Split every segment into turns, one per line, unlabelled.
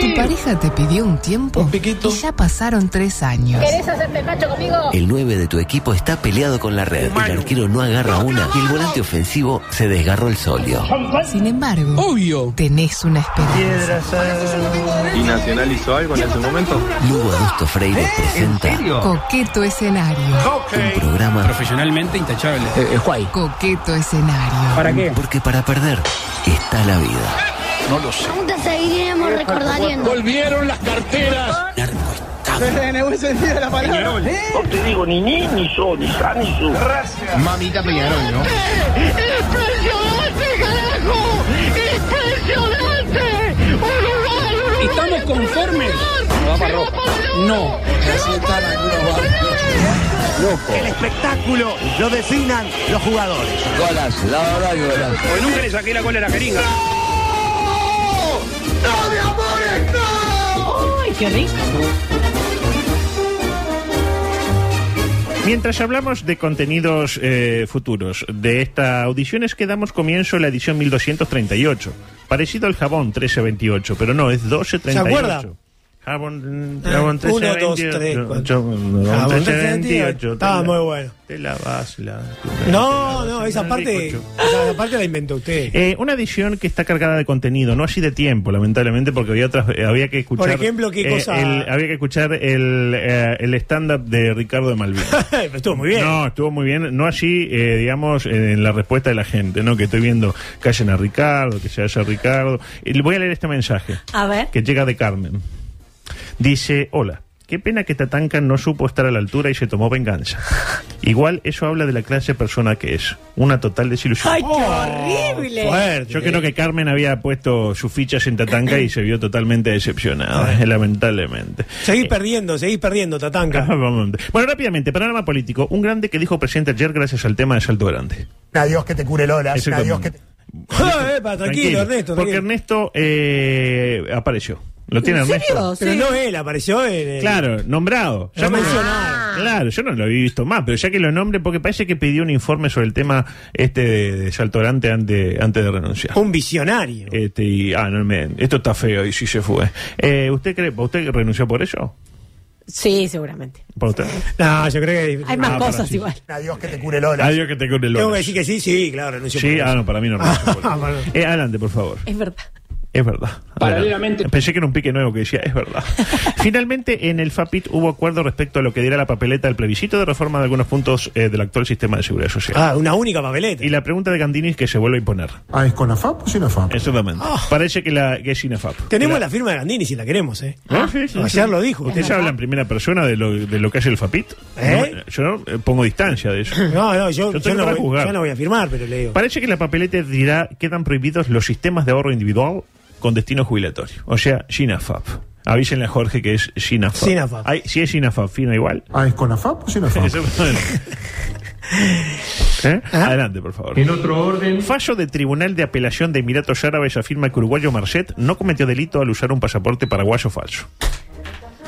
Tu pareja te pidió un tiempo y ya pasaron tres años.
El 9 de tu equipo está peleado con la red, el arquero no agarra una y el volante ofensivo se desgarró el solio.
Sin embargo,
Obvio.
tenés una esperanza.
¿Y Nacional hizo algo en ese momento?
Lugo Augusto Freire presenta
Coqueto escenario.
un programa
Profesionalmente intachable.
Coqueto escenario.
¿Para qué?
porque para perder está la vida.
Aún te seguiremos recordando.
Volvieron las carteras.
Mamita Peñarol, ¿no?
¡Impresionante, carajo! ¡Impresionante! ¡Uruguay, Uruguay!
¿Estamos conformes? No.
espectáculo lo definan los jugadores.
Porque nunca le saqué la cola a la jeringa.
Mientras hablamos de contenidos eh, futuros de esta audición es que damos comienzo a la edición 1238. Parecido al jabón 1328, pero no, es 1238.
¿Se acuerda?
Jabón,
Ah,
jabón
uno, dos,
1328.
tres, cuatro.
Jabón
Jabón
1328.
Estaba
Te
muy
la-
bueno.
Te lavas la...
No, no, esa
el
parte,
bizcocho.
esa, esa parte la inventó usted.
Eh, una edición que está cargada de contenido, no así de tiempo, lamentablemente, porque había otras, eh, había que escuchar.
Por ejemplo, ¿qué
eh,
cosa?
el- había que escuchar el, eh, el stand-up de Ricardo de Malvinas.
Estuvo muy bien.
No, estuvo muy bien. No así, eh, digamos, eh, en la respuesta de la gente, ¿no? Que estoy viendo, callen a Ricardo, que se vaya Ricardo. Y le voy a leer este mensaje.
A ver.
Que llega de Carmen. Dice, hola. Qué pena que Tatanka no supo estar a la altura y se tomó venganza. Igual eso habla de la clase de persona que es. Una total desilusión.
¡Ay, qué horrible!
Fuerte.
Yo creo que Carmen había puesto sus fichas en Tatanka y se vio totalmente decepcionada, eh, lamentablemente.
Seguís perdiendo, seguís perdiendo, Tatanka.
Ah,
Eh,
Bueno, rápidamente, panorama político. Un grande que dijo presidente ayer gracias al tema de Salto Grande.
Adiós que te cure Lola,
Ese
adiós
también.
que te...
Ah, epa, tranquilo, Ernesto.
Porque
tranquilo.
Ernesto eh, apareció. Lo tiene
¿En
Ernesto.
serio?
Pero
Sí.
no él, apareció él. él.
Claro, nombrado.
Lo
me-
mencionaron.
Claro, yo no lo había visto más, pero ya que lo nombre, porque parece que pidió un informe sobre el tema este de, de Salto Grande antes, antes de renunciar.
Un visionario.
Este, y, ah, no, me- esto está feo y sí se fue. Eh, ¿Usted cree, usted que renunció por eso?
Sí, seguramente.
¿Por usted?
No, yo creo que.
Hay más
Ah, para
cosas
sí.
igual.
Adiós que te cure Lola.
Adiós que te cure el
Tengo
oro.
que decir que sí, sí, claro, renunció.
Sí, ah, no, para mí no renunció por
Ah,
eso.
bueno.
Eh, adelante, por favor.
Es verdad.
Es verdad.
Paralelamente-
Pensé que era un pique nuevo que decía, es verdad. Finalmente, en el FAPIT hubo acuerdo respecto a lo que diera la papeleta del plebiscito de reforma de algunos puntos eh, del actual sistema de seguridad social.
Ah, una única papeleta.
Y la pregunta de Gandini es que se vuelve a imponer.
Ah, ¿es con AFAP o sin AFAP?
Exactamente. Parece que, la, que es INAFAP.
Ah. Tenemos la firma de Gandini si la queremos, ¿eh?
Ah, sí, sí,
Ayer
sí.
lo dijo.
¿Usted ya habla en primera persona de lo, de lo que hace el FAPIT?
¿Eh?
No, yo no, eh, pongo distancia de eso.
No, no,
Yo
yo, yo
tengo
no,
para
voy,
juzgar.
yo no voy a firmar, pero le digo.
Parece que la papeleta dirá quedan prohibidos los sistemas de ahorro individual con destino jubilatorio. O sea, SINAFAP. Avísenle a Jorge que es SINAFAP.
Sin AFAP.
Ay, si es SINAFAP, fina igual.
Ah, ¿es con AFAP o sin AFAP?
Eso- ¿Eh? Adelante, por favor.
En otro orden...
Fallo de Tribunal de Apelación de Emiratos Árabes afirma que uruguayo Marcet no cometió delito al usar un pasaporte paraguayo falso.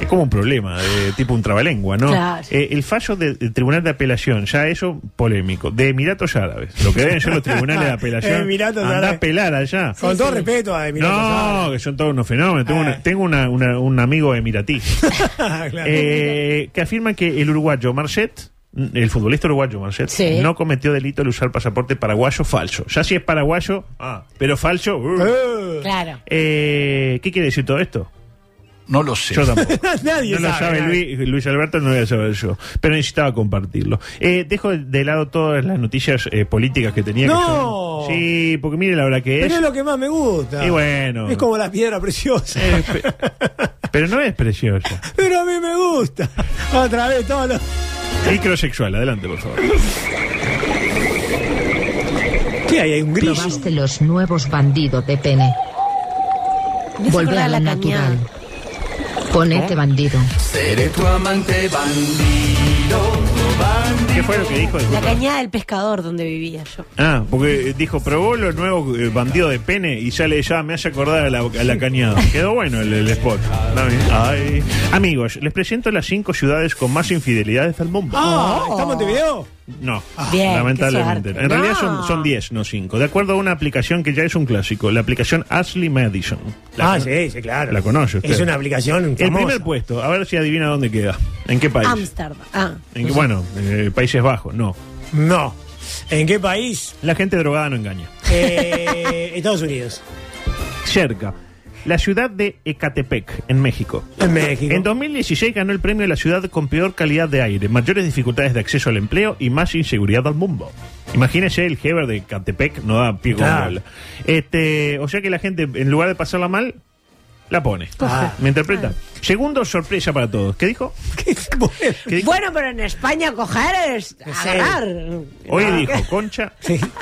Es como un problema, eh, tipo un trabalengua, ¿no?
Claro.
Eh, el fallo de- del Tribunal de Apelación, ya eso polémico, de Emiratos Árabes, lo que deben ser los tribunales de apelación.
Emiratos
anda
Árabes.
a apelar allá.
Con todo respeto a Emilio
No, que son todos unos fenómenos. Tengo,
Ah.
una- tengo una- una- un amigo emiratí
Posada. Claro.
eh, que afirma que el uruguayo Marcet, el futbolista uruguayo Marcet,
Sí.
no cometió delito al usar pasaporte paraguayo falso. Ya si es paraguayo, ah, pero falso. uh.
Eh,
Claro.
Eh, ¿Qué quiere decir todo esto?
No lo sé.
Yo tampoco.
Ah, Nadie
No lo sabe Luis, Luis Alberto, no lo voy a saber yo. Pero necesitaba compartirlo. Eh, dejo de lado todas las noticias eh, políticas que tenía. que
No.
son- sí, porque mire la hora que es.
Pero es lo que más me gusta.
Y bueno.
Es como la piedra preciosa.
Eh, pe- pero no es preciosa.
Pero a mí me gusta. Otra vez, todos los.
Microsexual, adelante, por favor.
¿Qué hay? ¿Hay un grillo?
los nuevos bandidos de pene.
Me hace acordar la cañada.
Ponete bandido.
Seré tu amante bandido,
¿Qué fue lo que dijo?
La
Disculpa.
cañada del pescador donde vivía yo.
Ah, porque eh, dijo, probó lo nuevo eh, bandido de pene y ya le ya me hace acordar a la, a la cañada. Quedó bueno el, el spot. Está bien. Ay. Amigos, les presento las cinco ciudades con más infidelidades del mundo.
Ah, ¿está en Montevideo?
No,
Bien,
lamentablemente.
qué
En
suerte.
realidad
No.
son son 10, no 5. De acuerdo a una aplicación que ya es un clásico, la aplicación Ashley Madison. La
ah,
con-
sí, sí, claro.
La conoce usted.
Es una aplicación
El
famosa.
primer puesto, a ver si adivina dónde queda. ¿En qué país?
Ámsterdam. Ah.
En qué- bueno, eh, Países Bajos, no.
No. ¿En qué país?
La gente drogada no engaña.
Eh, Estados Unidos.
Cerca. La ciudad de Ecatepec, en México.
En México.
En 2016 ganó el premio de la ciudad con peor calidad de aire, mayores dificultades de acceso al empleo y más inseguridad al mundo. Imagínese el Heber de Catepec, no da pie con
Claro.
bola. Este, o sea que la gente, en lugar de pasarla mal, la pone.
Ah.
¿Me interpreta? Segundo, sorpresa para todos. ¿Qué dijo? ¿Qué dijo?
Bueno, pero en España coger es agarrar.
Hoy
Ah.
dijo concha,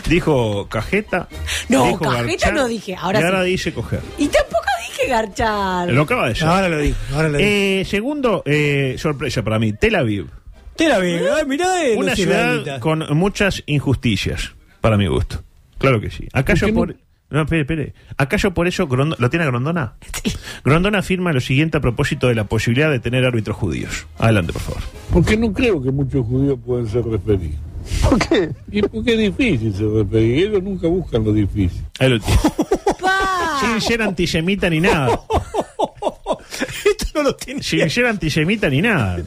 dijo cajeta.
No,
dijo
cajeta
garchar,
no dije, ahora
y ahora
sí.
dice coger.
Y tampoco dije garchar.
Lo acaba de decir.
Ahora lo digo, ahora lo digo.
Eh, segundo, eh, sorpresa para mí, Tel Aviv.
Tel Aviv, ay, mirá eh,
Una
los
ciudad
israelitas.
con muchas injusticias, para mi gusto. Claro que sí. ¿Acaso por... No, espere, espere. ¿Acaso por eso Grondo- lo tiene Grondona? Grondona afirma lo siguiente a propósito de la posibilidad de tener árbitros judíos. Adelante, por favor.
Porque no creo que muchos judíos puedan ser referidos. ¿Por qué? Y porque es difícil ser referido. Ellos nunca buscan lo difícil.
Ahí lo tiene.
Pa.
Sin ser antisemita ni nada.
Esto no lo tiene.
Sin ser antisemita ni nada.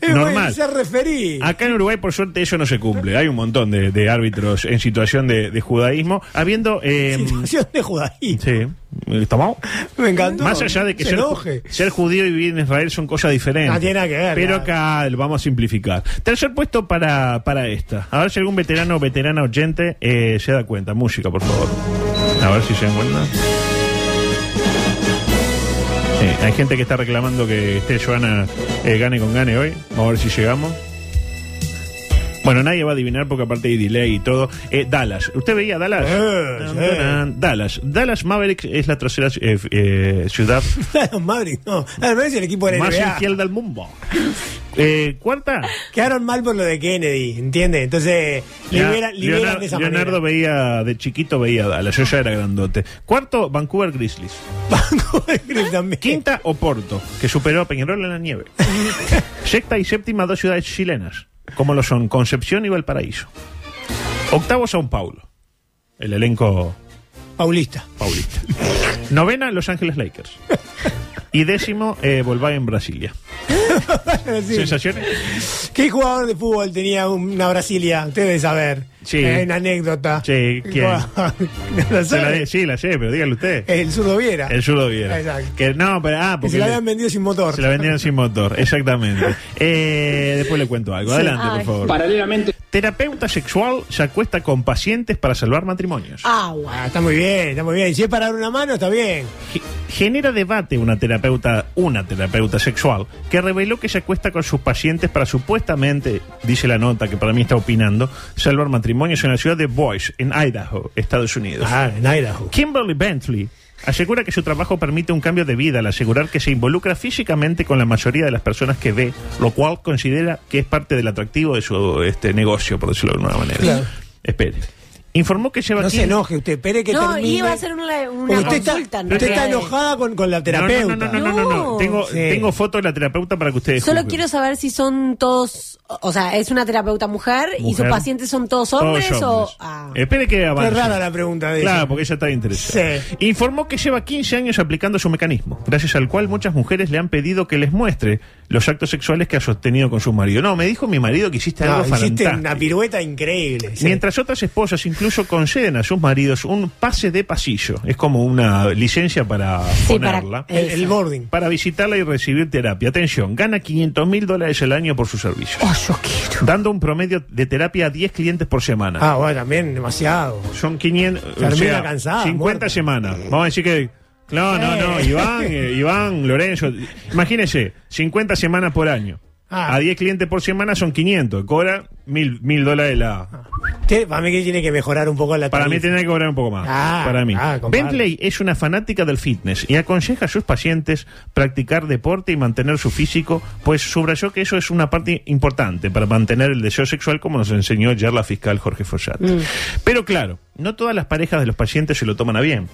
Eh,
Normal. Ah,
güey, Se referí.
Acá en Uruguay, por suerte, eso no se cumple. Hay un montón de, de árbitros en situación de, de judaísmo. Habiendo. eh,
Situación de judaísmo.
sí. ¿Estamos?
Me encantó.
Más allá de que
se
ser,
enoje.
ser judío y vivir en Israel son cosas diferentes.
No tiene nada que ver,
Pero
claro.
acá lo vamos a simplificar. Tercer puesto para, para esta. A ver si algún veterano o veterana oyente eh, se da cuenta. Música, por favor. A ver si se dan cuenta. Sí, hay gente que está reclamando que esté Joana eh, gane con gane hoy. Vamos a ver si llegamos. Bueno, nadie va a adivinar porque aparte hay delay y todo. Eh, Dallas. ¿Usted veía Dallas?
Eh,
Tan,
sí.
tan. Dallas. Dallas Mavericks es la tercera eh, f- eh, ciudad
Dallas Maverick, no. Dallas Maverick es el equipo de la
más
NBA.
infiel del mundo. Eh, cuarta.
Quedaron mal por lo de Kennedy, ¿entiendes? Entonces, libera,
Ya,
liberan
Leonardo,
de esa
Leonardo
manera.
veía, de chiquito veía a Dallas, yo ya era grandote. Cuarto, Vancouver Grizzlies.
Banco de Griff también.
Quinta, Oporto, que superó a Peñarol en la nieve. Sexta y séptima, dos ciudades chilenas, como lo son Concepción y Valparaíso. Octavo, Sao Paulo, el elenco
Paulista.
paulista. Novena, Los Ángeles Lakers. Y décimo, eh, Volvay en Brasilia. ¿Sensaciones?
¿Qué jugador de fútbol tenía una Brasilia? Usted debe saber.
Sí.
Hay una anécdota.
Sí, ¿quién?
¿No lo
Se la
sabe?
de- sí, la sé, pero dígale usted.
El zurdo Viera.
El zurdo Viera.
Exacto.
Que no, pero ah,
que
porque
se la
le-
habían vendido sin motor.
se la vendieron sin motor, exactamente. Eh, después le cuento algo. Adelante, por
Ay.
favor.
Paralelamente.
Terapeuta sexual se acuesta con pacientes para salvar matrimonios.
Agua.
Ah, está muy bien, está muy bien. Si es para dar una mano, está bien.
Ge- Genera debate una terapeuta, una terapeuta sexual, que reveló que se acuesta con sus pacientes para supuestamente, dice la nota que para mí está opinando, salvar matrimonios en la ciudad de Boise, en Idaho, Estados Unidos.
Ah, en Idaho.
Kimberly Bentley asegura que su trabajo permite un cambio de vida al asegurar que se involucra físicamente con la mayoría de las personas que ve, lo cual considera que es parte del atractivo de su este negocio, por decirlo de alguna manera.
Claro.
Espere. Informó que lleva
No se
15
enoje usted, espere que
No,
termine.
iba a ser una,
Porque
una
usted
consulta.
está,
en
usted está
realidad.
enojada con, con la
No, no,
terapeuta. Ah,
No, no, no, no, no, no.
No.
Tengo,
Sí.
tengo foto de la terapeuta para que ustedes
Solo
juzguen.
quiero saber si son todos, o sea, es una terapeuta mujer, y sus
Mujer.
pacientes son todos
Todos
hombres,
hombres. Eh,
o... Ah.
Espere que avance.
Es rara la pregunta de
Claro,
ella.
porque ella está interesada.
Sí.
Informó que lleva 15 años aplicando su mecanismo, gracias al cual muchas mujeres le han pedido que les muestre los actos sexuales que ha sostenido con su marido. No, me dijo mi marido que hiciste
No,
algo
Ah, hiciste
fantástico.
una pirueta increíble. sí.
Mientras otras esposas incluso conceden a sus maridos un pase de pasillo, es como una licencia para
Sí, para- eh.
ponerla, para,
el, el boarding.
visitarla y recibir terapia. Atención, gana 500 mil dólares al año por sus servicios,
Oh, yo quiero.
dando un promedio de terapia a 10 clientes por semana.
Ah, bueno, también demasiado.
Son 500.
Termina cansada,
50
muerta.
semanas. Vamos a decir que. Claro, no, no, Iván, eh, Iván, Lorenzo. Imagínese, 50 semanas por año.
Ah. Ah.
A 10 clientes por semana son 500. Cobra mil, mil dólares la.
Usted, para mí que tiene que mejorar un poco la
Para mí
tarifa.
tiene que cobrar un poco más.
Ah,
para mí.
ah, compadre.
Bentley es una fanática del fitness y aconseja a sus pacientes practicar deporte y mantener su físico, pues subrayó que eso es una parte importante para mantener el deseo sexual, como nos enseñó ayer la fiscal Jorge Fossati.
Mm.
Pero claro, no todas las parejas de los pacientes se lo toman a bien.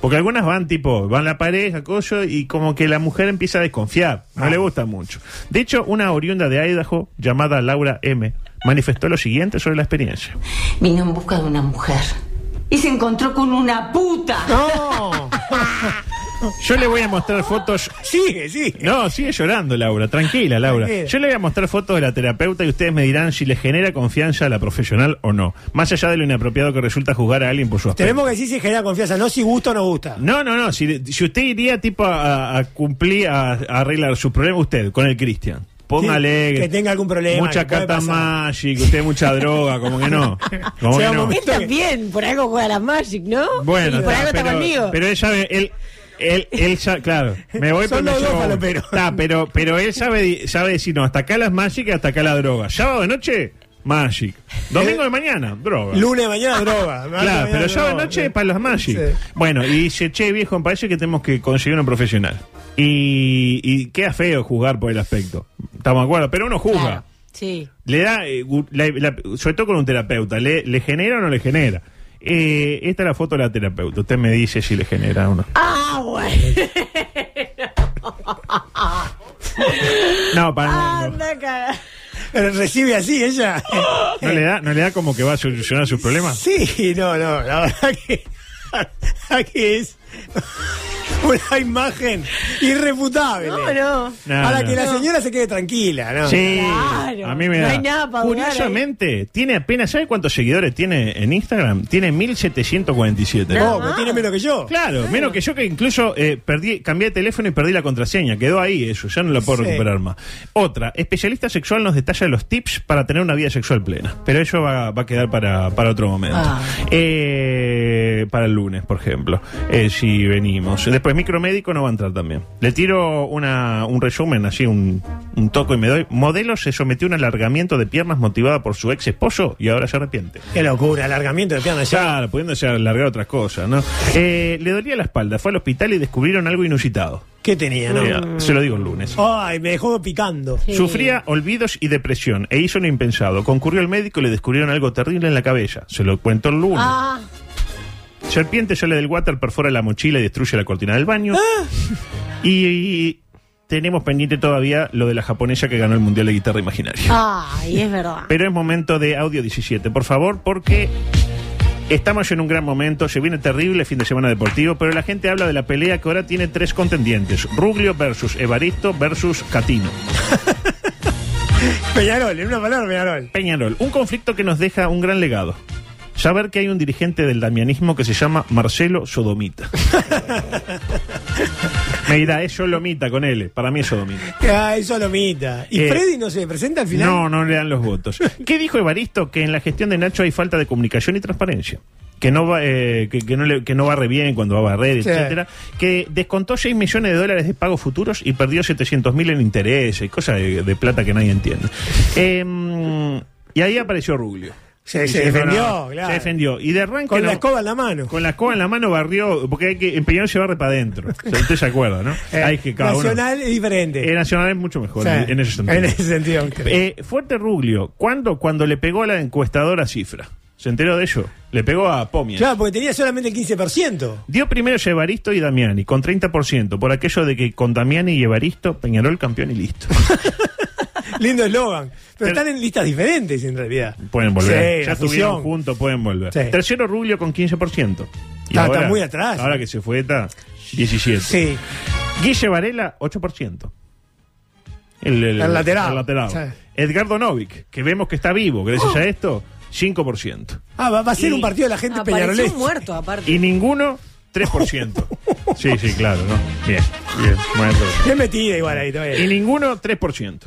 Porque algunas van tipo, van la pareja, coso, y como que la mujer empieza a desconfiar. No
Ah.
le gusta mucho. De hecho, una oriunda de Idaho, llamada Laura M., manifestó lo siguiente sobre la experiencia.
Vino en busca de una mujer. Y se encontró con una puta.
¡No!
Yo le voy a mostrar fotos.
Sigue, sigue.
No, sigue llorando, Laura. Tranquila, Laura.
Tranquila.
Yo le voy a mostrar fotos de la terapeuta y ustedes me dirán si le genera confianza a la profesional o no. Más allá de lo inapropiado que resulta juzgar a alguien por su aspecto.
Tenemos que decir si genera confianza, no si gusta o no gusta.
No, no, no. Si, si usted iría tipo a, a- a cumplir, a, a arreglar su problema, usted, con el Cristian. Póngale.
Que tenga algún problema.
Mucha
que puede
carta
pasar.
magic, usted mucha droga, como que no. Como
Llega
que
un
no.
momento
Él también, por algo juega a la Magic, ¿no?
Bueno,
Y por algo
está,
está
pero,
conmigo.
pero él sabe, él, él, él sa- claro, me voy
Son
pero me
los dos
llevo uno.
faloperos.
Está, pero, pero él sabe, di- sabe decir, no, hasta acá las Magic y hasta acá la droga. Sábado de noche, Magic. Domingo de mañana, droga.
Lunes de mañana droga. martes de
Claro,
mañana,
pero sábado de
droga.
noche para las Magic.
Sí.
Bueno, y dice, che, viejo, me parece que tenemos que conseguir un profesional. Y, y queda feo juzgar por el aspecto. Estamos de acuerdo, pero uno juzga.
Claro, Sí.
Le da, eh, gu- la- la- sobre todo con un terapeuta, ¿le, le genera o no le genera? Eh, esta es la foto de la terapeuta. Usted me dice si le genera o no.
Ah, bueno.
No, para, no, no.
Anda, cara.
Pero recibe así ella.
¿No le da, ¿No le da como que va a solucionar sus problemas?
Sí, no, no, la verdad que, la verdad que es una imagen irrefutable.
No, no.
No,
Para
no.
que la señora se quede tranquila, ¿no?
Sí,
Claro,
a mí me
no
da.
hay nada pa' dudar ¿eh? ahí.
Curiosamente, tiene apenas, ¿sabe cuántos seguidores tiene en Instagram? Tiene 1747.
No, pero tiene menos que yo.
Claro, menos que yo que incluso eh, perdí, cambié de teléfono y perdí la contraseña. Quedó ahí eso, ya no la puedo
Sí.
recuperar más. Otra, especialista sexual nos detalla los tips para tener una vida sexual plena. Pero eso va, va a quedar para, para otro momento.
Ah.
Eh, para el lunes, por ejemplo, eh, si venimos. Después, micromédico no va a entrar también. Le tiro una, un resumen, así un, un toco y me doy. Modelo se sometió a un alargamiento de piernas motivada por su ex esposo y ahora se arrepiente.
Qué locura, alargamiento de pierna ya.
Claro, pudiéndose alargar otras cosas, ¿no? Eh, le dolía la espalda, fue al hospital y descubrieron algo inusitado.
¿Qué tenía, no?
Mira, se lo digo el lunes.
Ay, me dejó picando.
Sufría olvidos y depresión e hizo lo impensado. Concurrió al médico y le descubrieron algo terrible en la cabeza. Se lo cuento el lunes.
Ah,
Serpiente sale del water, perfora la mochila y destruye la cortina del baño. Y, y tenemos pendiente todavía lo de la japonesa que ganó el Mundial de Guitarra Imaginaria.
ay, es verdad.
Pero es momento de audio 17, por favor, porque estamos en un gran momento. Se viene terrible fin de semana deportivo, pero la gente habla de la pelea que ahora tiene tres contendientes: Ruglio versus Evaristo versus Catino.
Peñarol, en una palabra, Peñarol.
Peñarol, un conflicto que nos deja un gran legado. Saber que hay un dirigente del damianismo que se llama Marcelo Sodomita. Me dirá, es Solomita con L. Para mí es Sodomita.
Ay, solomita. ¿Y
Eh,
Freddy no se presenta al final?
No, no le dan los votos. ¿Qué dijo Evaristo? Que en la gestión de Nacho hay falta de comunicación y transparencia. Que no, va, eh, que, que no le- que no barre bien cuando va a barrer,
Sí.
etcétera. Que descontó 6 millones de dólares de pagos futuros y perdió 700 mil en intereses y cosas de, de plata que nadie entiende. Em, y ahí apareció Ruglio.
Se, se
Diciendo,
defendió,
no,
claro.
Se defendió. Y de arranque.
Con
no-
la escoba en la mano.
Con la escoba en la mano barrió, porque hay que, en Peñarol se barre para adentro. O sea, usted se acuerda, ¿no?
Eh,
hay que cada uno-
Nacional es diferente.
Eh, Nacional es mucho mejor
O sea,
en, en ese sentido.
en ese sentido, creo.
Eh, fuerte Ruglio, ¿cuándo? Cuando le pegó a la encuestadora cifra. ¿Se enteró de ello? Le pegó a Pomia.
Claro, porque tenía solamente el 15%.
Dio primero a Evaristo y Damiani, con 30%, por aquello de que con Damiani y Evaristo, Peñarol campeón y listo.
Lindo eslogan.
Pero-
Pero están en listas diferentes en realidad.
Pueden volver.
Sí,
ya
la
estuvieron
fusión.
juntos, pueden volver.
Sí. Ah,
Tercero Ruglio con 15%. Y
Está- está muy atrás.
Ahora que se fue, está 17%.
Sí,
Guille Varela, 8%. El,
El lateral.
lateral.
Sí. ¡Oh!
Edgardo Novic, que vemos que está vivo gracias a esto, 5%.
Ah, va, va a ser
Y-
un partido de la gente
Apareció
peñarolés.
un muerto, aparte.
Y ninguno, 3%. sí, sí, claro, ¿no? Bien, bien. bueno, pero-
Bien metida igual ahí
Y
todavía.
ninguno, 3%.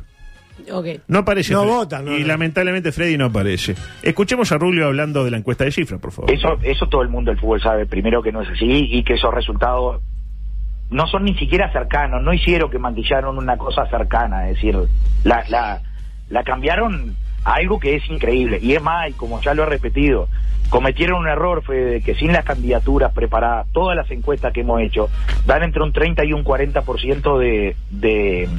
Ok.
No aparece.
No
Fre-
votan, no,
y
no.
lamentablemente Freddy no aparece. Escuchemos a Rubio hablando de la encuesta de cifras, por favor.
Eso, eso todo el mundo del fútbol sabe, primero que no es así y que esos resultados no son ni siquiera cercanos, no hicieron que mantillaron una cosa cercana, es decir, la, la, la cambiaron algo que es increíble. Y es más, y como ya lo he repetido, cometieron un error, Fede, que sin las candidaturas preparadas, todas las encuestas que hemos hecho, dan entre un 30 y un 40% de, de,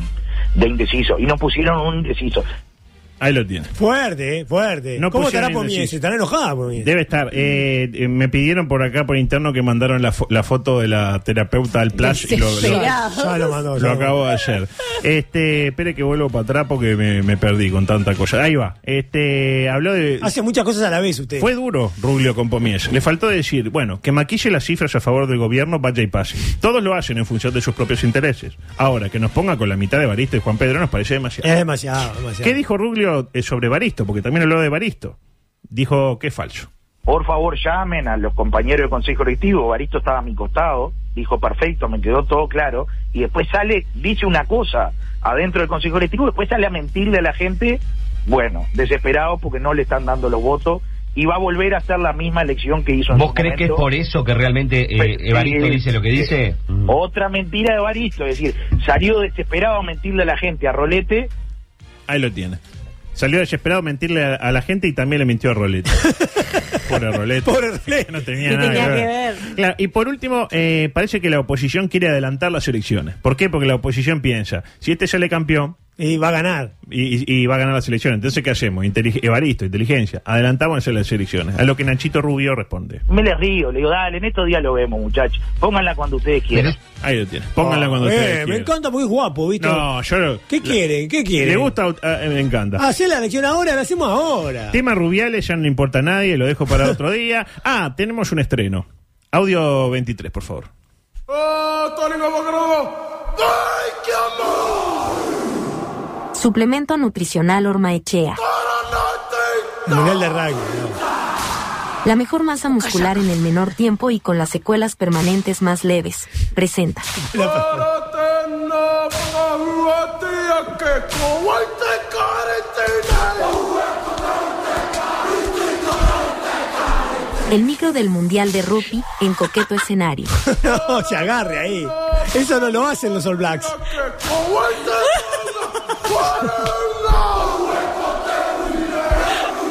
de indeciso. Y no pusieron un indeciso.
Ahí lo tiene.
Fuerte, eh, fuerte.
No
¿Cómo
pusieron
estará Pomiese?
indeciso.
¿Estará enojada Pomiese?
Debe estar. Eh, eh, me pidieron por acá, por interno, que mandaron la, fo- la foto de la terapeuta al Plash y lo, lo-
Ya lo mandó. ya
lo acabo de ayer. Este, espere que vuelvo para atrás porque me, me perdí con tanta cosa. Ahí va. Este, habló de.
Hace muchas cosas a la vez usted.
Fue duro Ruglio con Pomies. Le faltó decir, bueno, que maquille las cifras a favor del gobierno, vaya y pase. Todos lo hacen en función de sus propios intereses. Ahora, que nos ponga con la mitad de Baristo y Juan Pedro nos parece demasiado.
Es demasiado, demasiado.
¿Qué dijo Ruglio eh, sobre Baristo? Porque también habló de Baristo. Dijo que es falso.
Por favor, llamen a los compañeros del Consejo Directivo. Baristo estaba a mi costado, dijo perfecto, me quedó todo claro. Y después sale, dice una cosa adentro del Consejo Directivo, después sale a mentirle a la gente, bueno, desesperado porque no le están dando los votos. Y va a volver a hacer la misma elección que hizo en
¿Vos
su
crees que es
momento.
por eso que realmente eh,
Pe-
Evaristo
sí,
dice lo que
sí.
dice?
Otra mentira de Baristo, es decir, salió desesperado a mentirle a la gente, a Rolete,
Ahí lo tiene. Salió desesperado a mentirle a, a la gente y también le mintió a Roleta. Pobre Roleta.
Pobre Roleta.
No tenía nada que ver. Claro, y por último, eh, parece que la oposición quiere adelantar las elecciones. ¿Por qué? Porque la oposición piensa, si este sale campeón...
Y va a ganar.
Y, y va a ganar las elecciones. Entonces, ¿qué hacemos? Intelig- Evaristo, inteligencia. Adelantamos las elecciones. A lo que Nachito Rubio responde.
me les río, le digo, dale, en estos días lo vemos, muchachos. Pónganla cuando ustedes quieran.
Ahí lo tiene. Pónganla cuando
eh,
ustedes
Me
quieran.
encanta porque es guapo, ¿viste?
No, yo... no-
¿Qué quiere? ¿Qué quiere?
Le gusta... ah, me encanta.
Hacer la elección ahora, la hacemos ahora.
Tema Rubiales, ya no le importa a nadie, lo dejo para otro día. Ah, tenemos un estreno. Audio 23, por favor.
¡Oh, Tony Mamacrobo! ¡Ay, qué amor!
Suplemento nutricional Ormaechea.
El mundial de rugby.
La mejor masa muscular en el menor tiempo y con las secuelas permanentes más leves. Presenta. El micro del Mundial de Rugby en coqueto escenario.
no, se agarre ahí. Eso no lo hacen los All Blacks.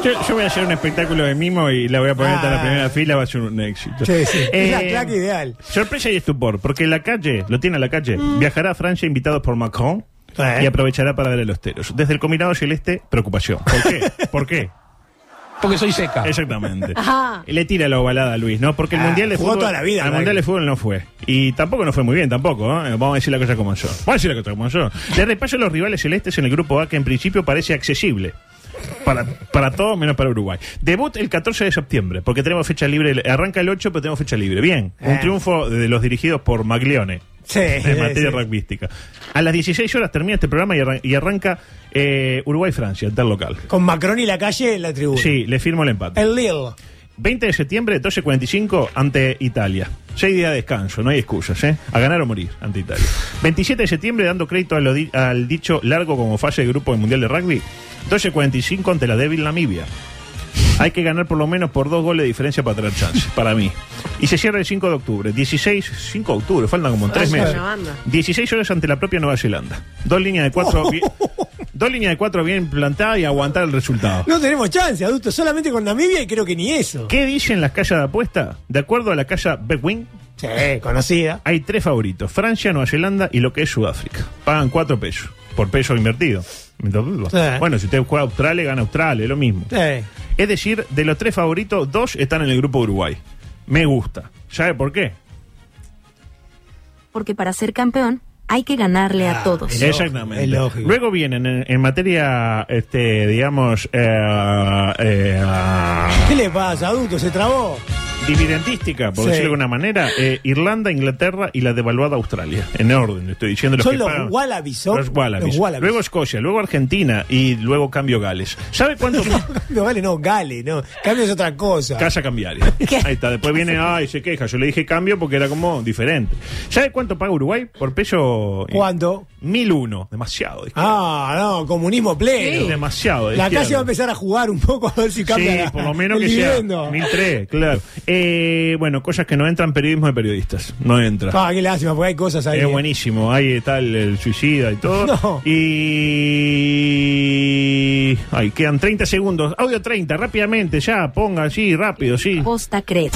Yo, yo voy a hacer un espectáculo de mimo y la voy a poner hasta la primera fila, va a ser un éxito.
Sí, sí. es la
Eh,
claque ideal.
Sorpresa y estupor, porque la calle, lo tiene la calle, viajará a Francia invitados por Macron y aprovechará para ver a los teros. Desde el Combinado Celeste, preocupación. ¿Por qué? ¿Por qué? Porque soy seca. Exactamente.
Ajá.
Le tira la ovalada a Luis, ¿no? Porque el
Ah,
Mundial de
jugó
Fútbol.
toda la vida,
al
¿no?
Mundial de Fútbol no fue. Y tampoco no fue muy bien, tampoco. ¿no? Eh, Vamos a decir la cosa como yo. Vamos a decir la cosa como yo. Le repaso los rivales celestes en el grupo A, que en principio parece accesible. Para, para todos menos para Uruguay. Debut el 14 de septiembre, porque tenemos fecha libre. Arranca el 8, pero tenemos fecha libre. Bien,
Eh.
un triunfo de los dirigidos por Maglione.
Sí,
En materia
sí.
rugbyística. A las 16 horas termina este programa y, arran- y arranca eh, Uruguay-Francia, el tal local.
Con Macron y la calle en la tribuna.
Sí, le firmo el empate.
El Lille.
20 de septiembre, 12.45 ante Italia. Seis días de descanso, no hay excusas, ¿eh? A ganar o morir ante Italia. 27 de septiembre, dando crédito a lo di- al dicho largo como fase de grupo del Mundial de Rugby, 12.45 ante la débil Namibia. Hay que ganar por lo menos por dos goles de diferencia para tener chance, para mí. Y se cierra el 5 de octubre. 16, 5 de octubre, faltan como tres
Ah,
meses.
una banda.
16 horas ante la propia Nueva Zelanda. Dos líneas de cuatro, bien- dos líneas de cuatro bien plantadas y aguantar el resultado.
No tenemos chance, adulto. Solamente con Namibia y creo que ni eso.
¿Qué dicen las calles de apuesta? De acuerdo a la calle Betwing,
conocida.
Hay tres favoritos: Francia, Nueva Zelanda y lo que es Sudáfrica. Pagan cuatro pesos por peso invertido. Entonces,
Sí.
Bueno, si usted juega a Australia, gana Australia, es lo mismo.
Eh,
Es decir, de los tres favoritos, dos están en el grupo Uruguay. Me gusta. ¿Sabe por qué?
Porque para ser campeón hay que ganarle a todos.
Exactamente. Luego vienen en, en materia, este, digamos, eh, eh,
¿Qué le pasa, adulto? ¿Se trabó?
dividendística, por
Sí.
decirlo de alguna manera, eh, Irlanda, Inglaterra y la devaluada Australia. En orden, le estoy diciendo los
Son
que
los
pagan-
Wallabies, ¿son?
Los Wallabies.
Los Wallabies.
Luego Escocia, luego Argentina y luego cambio Gales. ¿Sabe cuánto?
No, vale, no, Gale, no. Cambio es otra cosa.
Casa cambiaria. Ahí está. Después viene, ay, se queja. Yo le dije cambio porque era como diferente. ¿Sabe cuánto paga Uruguay por peso?
¿Cuánto?
1001. Demasiado. de izquierda.
Ah, no, comunismo pleno.
Demasiado. de
La
izquierda.
calle va a empezar a jugar un poco a ver si cambia.
Sí,
la-
por lo menos
el
que sea
dividendo.
1003, claro. Eh, Eh, bueno, cosas que no entran, periodismo de periodistas. No entra.
Ah, qué lástima, porque hay cosas ahí.
Es buenísimo. Ahí está el, el suicida y todo. Y. Ay, quedan 30 segundos. Audio 30, rápidamente, ya, ponga así, rápido, sí.
Posta Cred.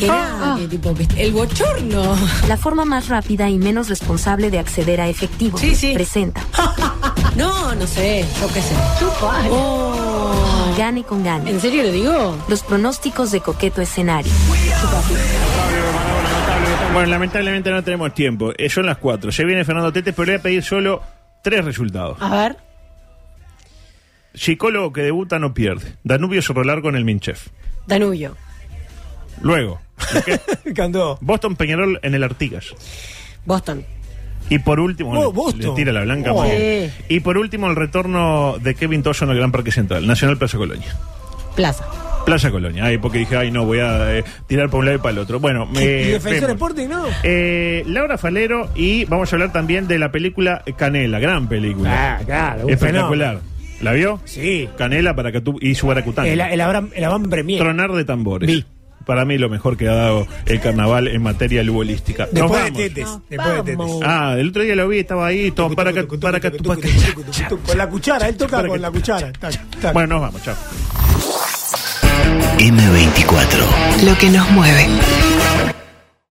Que era, que tipo, que el bochorno.
La forma más rápida y menos responsable de acceder a efectivo. Presenta.
No, no sé, yo qué sé. Chupa.
Gane con gane.
¿En serio lo digo?
Los pronósticos de coqueto escenario.
Bueno, lamentablemente no tenemos tiempo. Eh, son las 4. Se viene Fernando Tetes, pero le voy a pedir solo tres resultados.
A ver.
Psicólogo que debuta no pierde. Danubio Zorro Largo en el Minchef.
Danubio.
Luego. Cantó. Boston Peñarol en el Artigas.
Boston.
Y por último,
Oh,
le-
Boston.
le tira la blanca.
Oh.
muy
Sí.
bien. Y por último, el retorno de Kevin Toso en el Gran Parque Central, Nacional Plaza Colonia.
Plaza.
Plaza Colonia, ay, porque dije, ay, no, voy a eh, tirar para un lado y para el otro. Bueno, me.
¿Y Defensor
Eh, vemos.
Sporting no?
Eh, Laura Falero y vamos a hablar también de la película Canela, gran película.
Ah, claro, un
Espectacular.
fenómeno.
¿La vio? Sí. Canela para y su baracután.
El, el, Abraham- el Abraham Premier.
Tronar de tambores. Para mí lo mejor que ha dado el carnaval en materia lubolística. Nos
Después de
vamos.
Tetes. después de Tetes.
Ah, el otro día lo vi, estaba ahí, todo para acá, para acá, para acá.
Con la cuchara, él toca con la cuchara. Tac, tac.
Bueno, nos vamos, chao.
M24.
Lo que nos mueve.